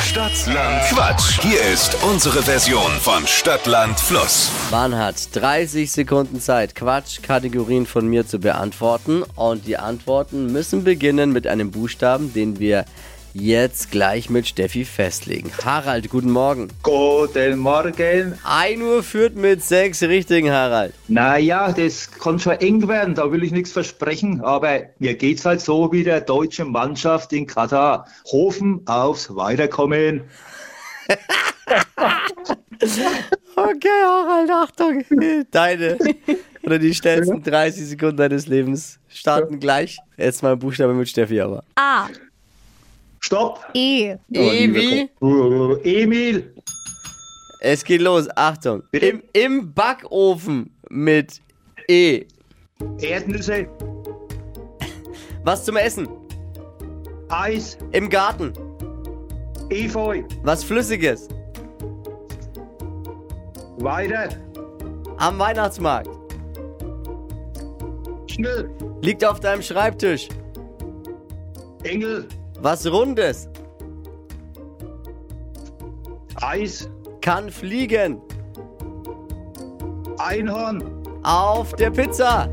Stadtland Quatsch. Hier ist unsere Version von Stadtland Fluss. Man hat 30 Sekunden Zeit, Quatschkategorien von mir zu beantworten. Und die Antworten müssen beginnen mit einem Buchstaben, den wir jetzt gleich mit Steffi festlegen. Harald, guten Morgen. Guten Morgen. 1 Uhr führt mit sechs richtigen, Harald. Naja, das kann schon eng werden, da will ich nichts versprechen, aber mir geht's halt so wie der deutschen Mannschaft in Katar. Hoffen aufs Weiterkommen. Okay, Harald, Achtung. Deine oder die schnellsten 30 Sekunden deines Lebens starten gleich. Jetzt mal ein Buchstabe mit Steffi, aber. A. Stopp! E. Oh, Ewi, Emil! es geht los. Achtung. Bitte? Im, Im Backofen mit E. Erdnüsse! Was zum Essen? Eis! Im Garten. Efeu! Was Flüssiges. Weiter! Am Weihnachtsmarkt. Schnell! Liegt auf deinem Schreibtisch. Engel! Was Rundes. Eis! Kann fliegen. Einhorn! Auf der Pizza.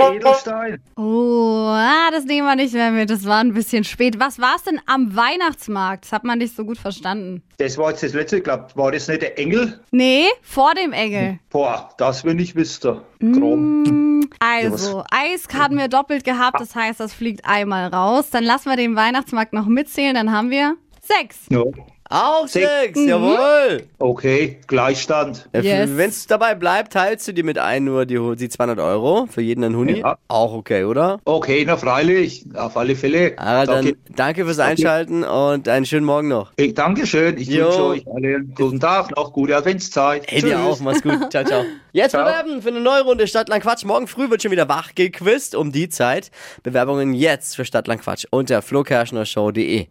Edelstein! Oh, ah, das nehmen wir nicht mehr mit. Das war ein bisschen spät. Was war es denn am Weihnachtsmarkt? Das hat man nicht so gut verstanden. Das war jetzt das letzte, glaub, war das nicht der Engel? Nee, vor dem Engel. Boah, das will ich wissen. Chrom. Also, Eis hatten wir doppelt gehabt. Das heißt, das fliegt einmal raus. Dann lassen wir den Weihnachtsmarkt noch mitzählen. Dann haben wir sechs. Ja. Auch Sechs. sechs. Jawohl. Okay, Gleichstand. Yes. Wenn es dabei bleibt, teilst du dir mit ein nur die, Hu- die 200 Euro für jeden ein Huni. Ja. Auch okay, oder? Okay, na freilich, auf alle Fälle. Aber Ah, dann Okay. danke fürs Einschalten und einen schönen Morgen noch. Ich, Dankeschön, ich Jo. wünsche euch allen guten Tag, noch gute Adventszeit. Hey, dir auch. Mach's gut. Ciao, ciao. Jetzt Ciao. bewerben für eine neue Runde Stadtland Quatsch. Morgen früh wird schon wieder wach gequist um die Zeit. Bewerbungen jetzt für Stadtland Quatsch unter flokerschnershow.de.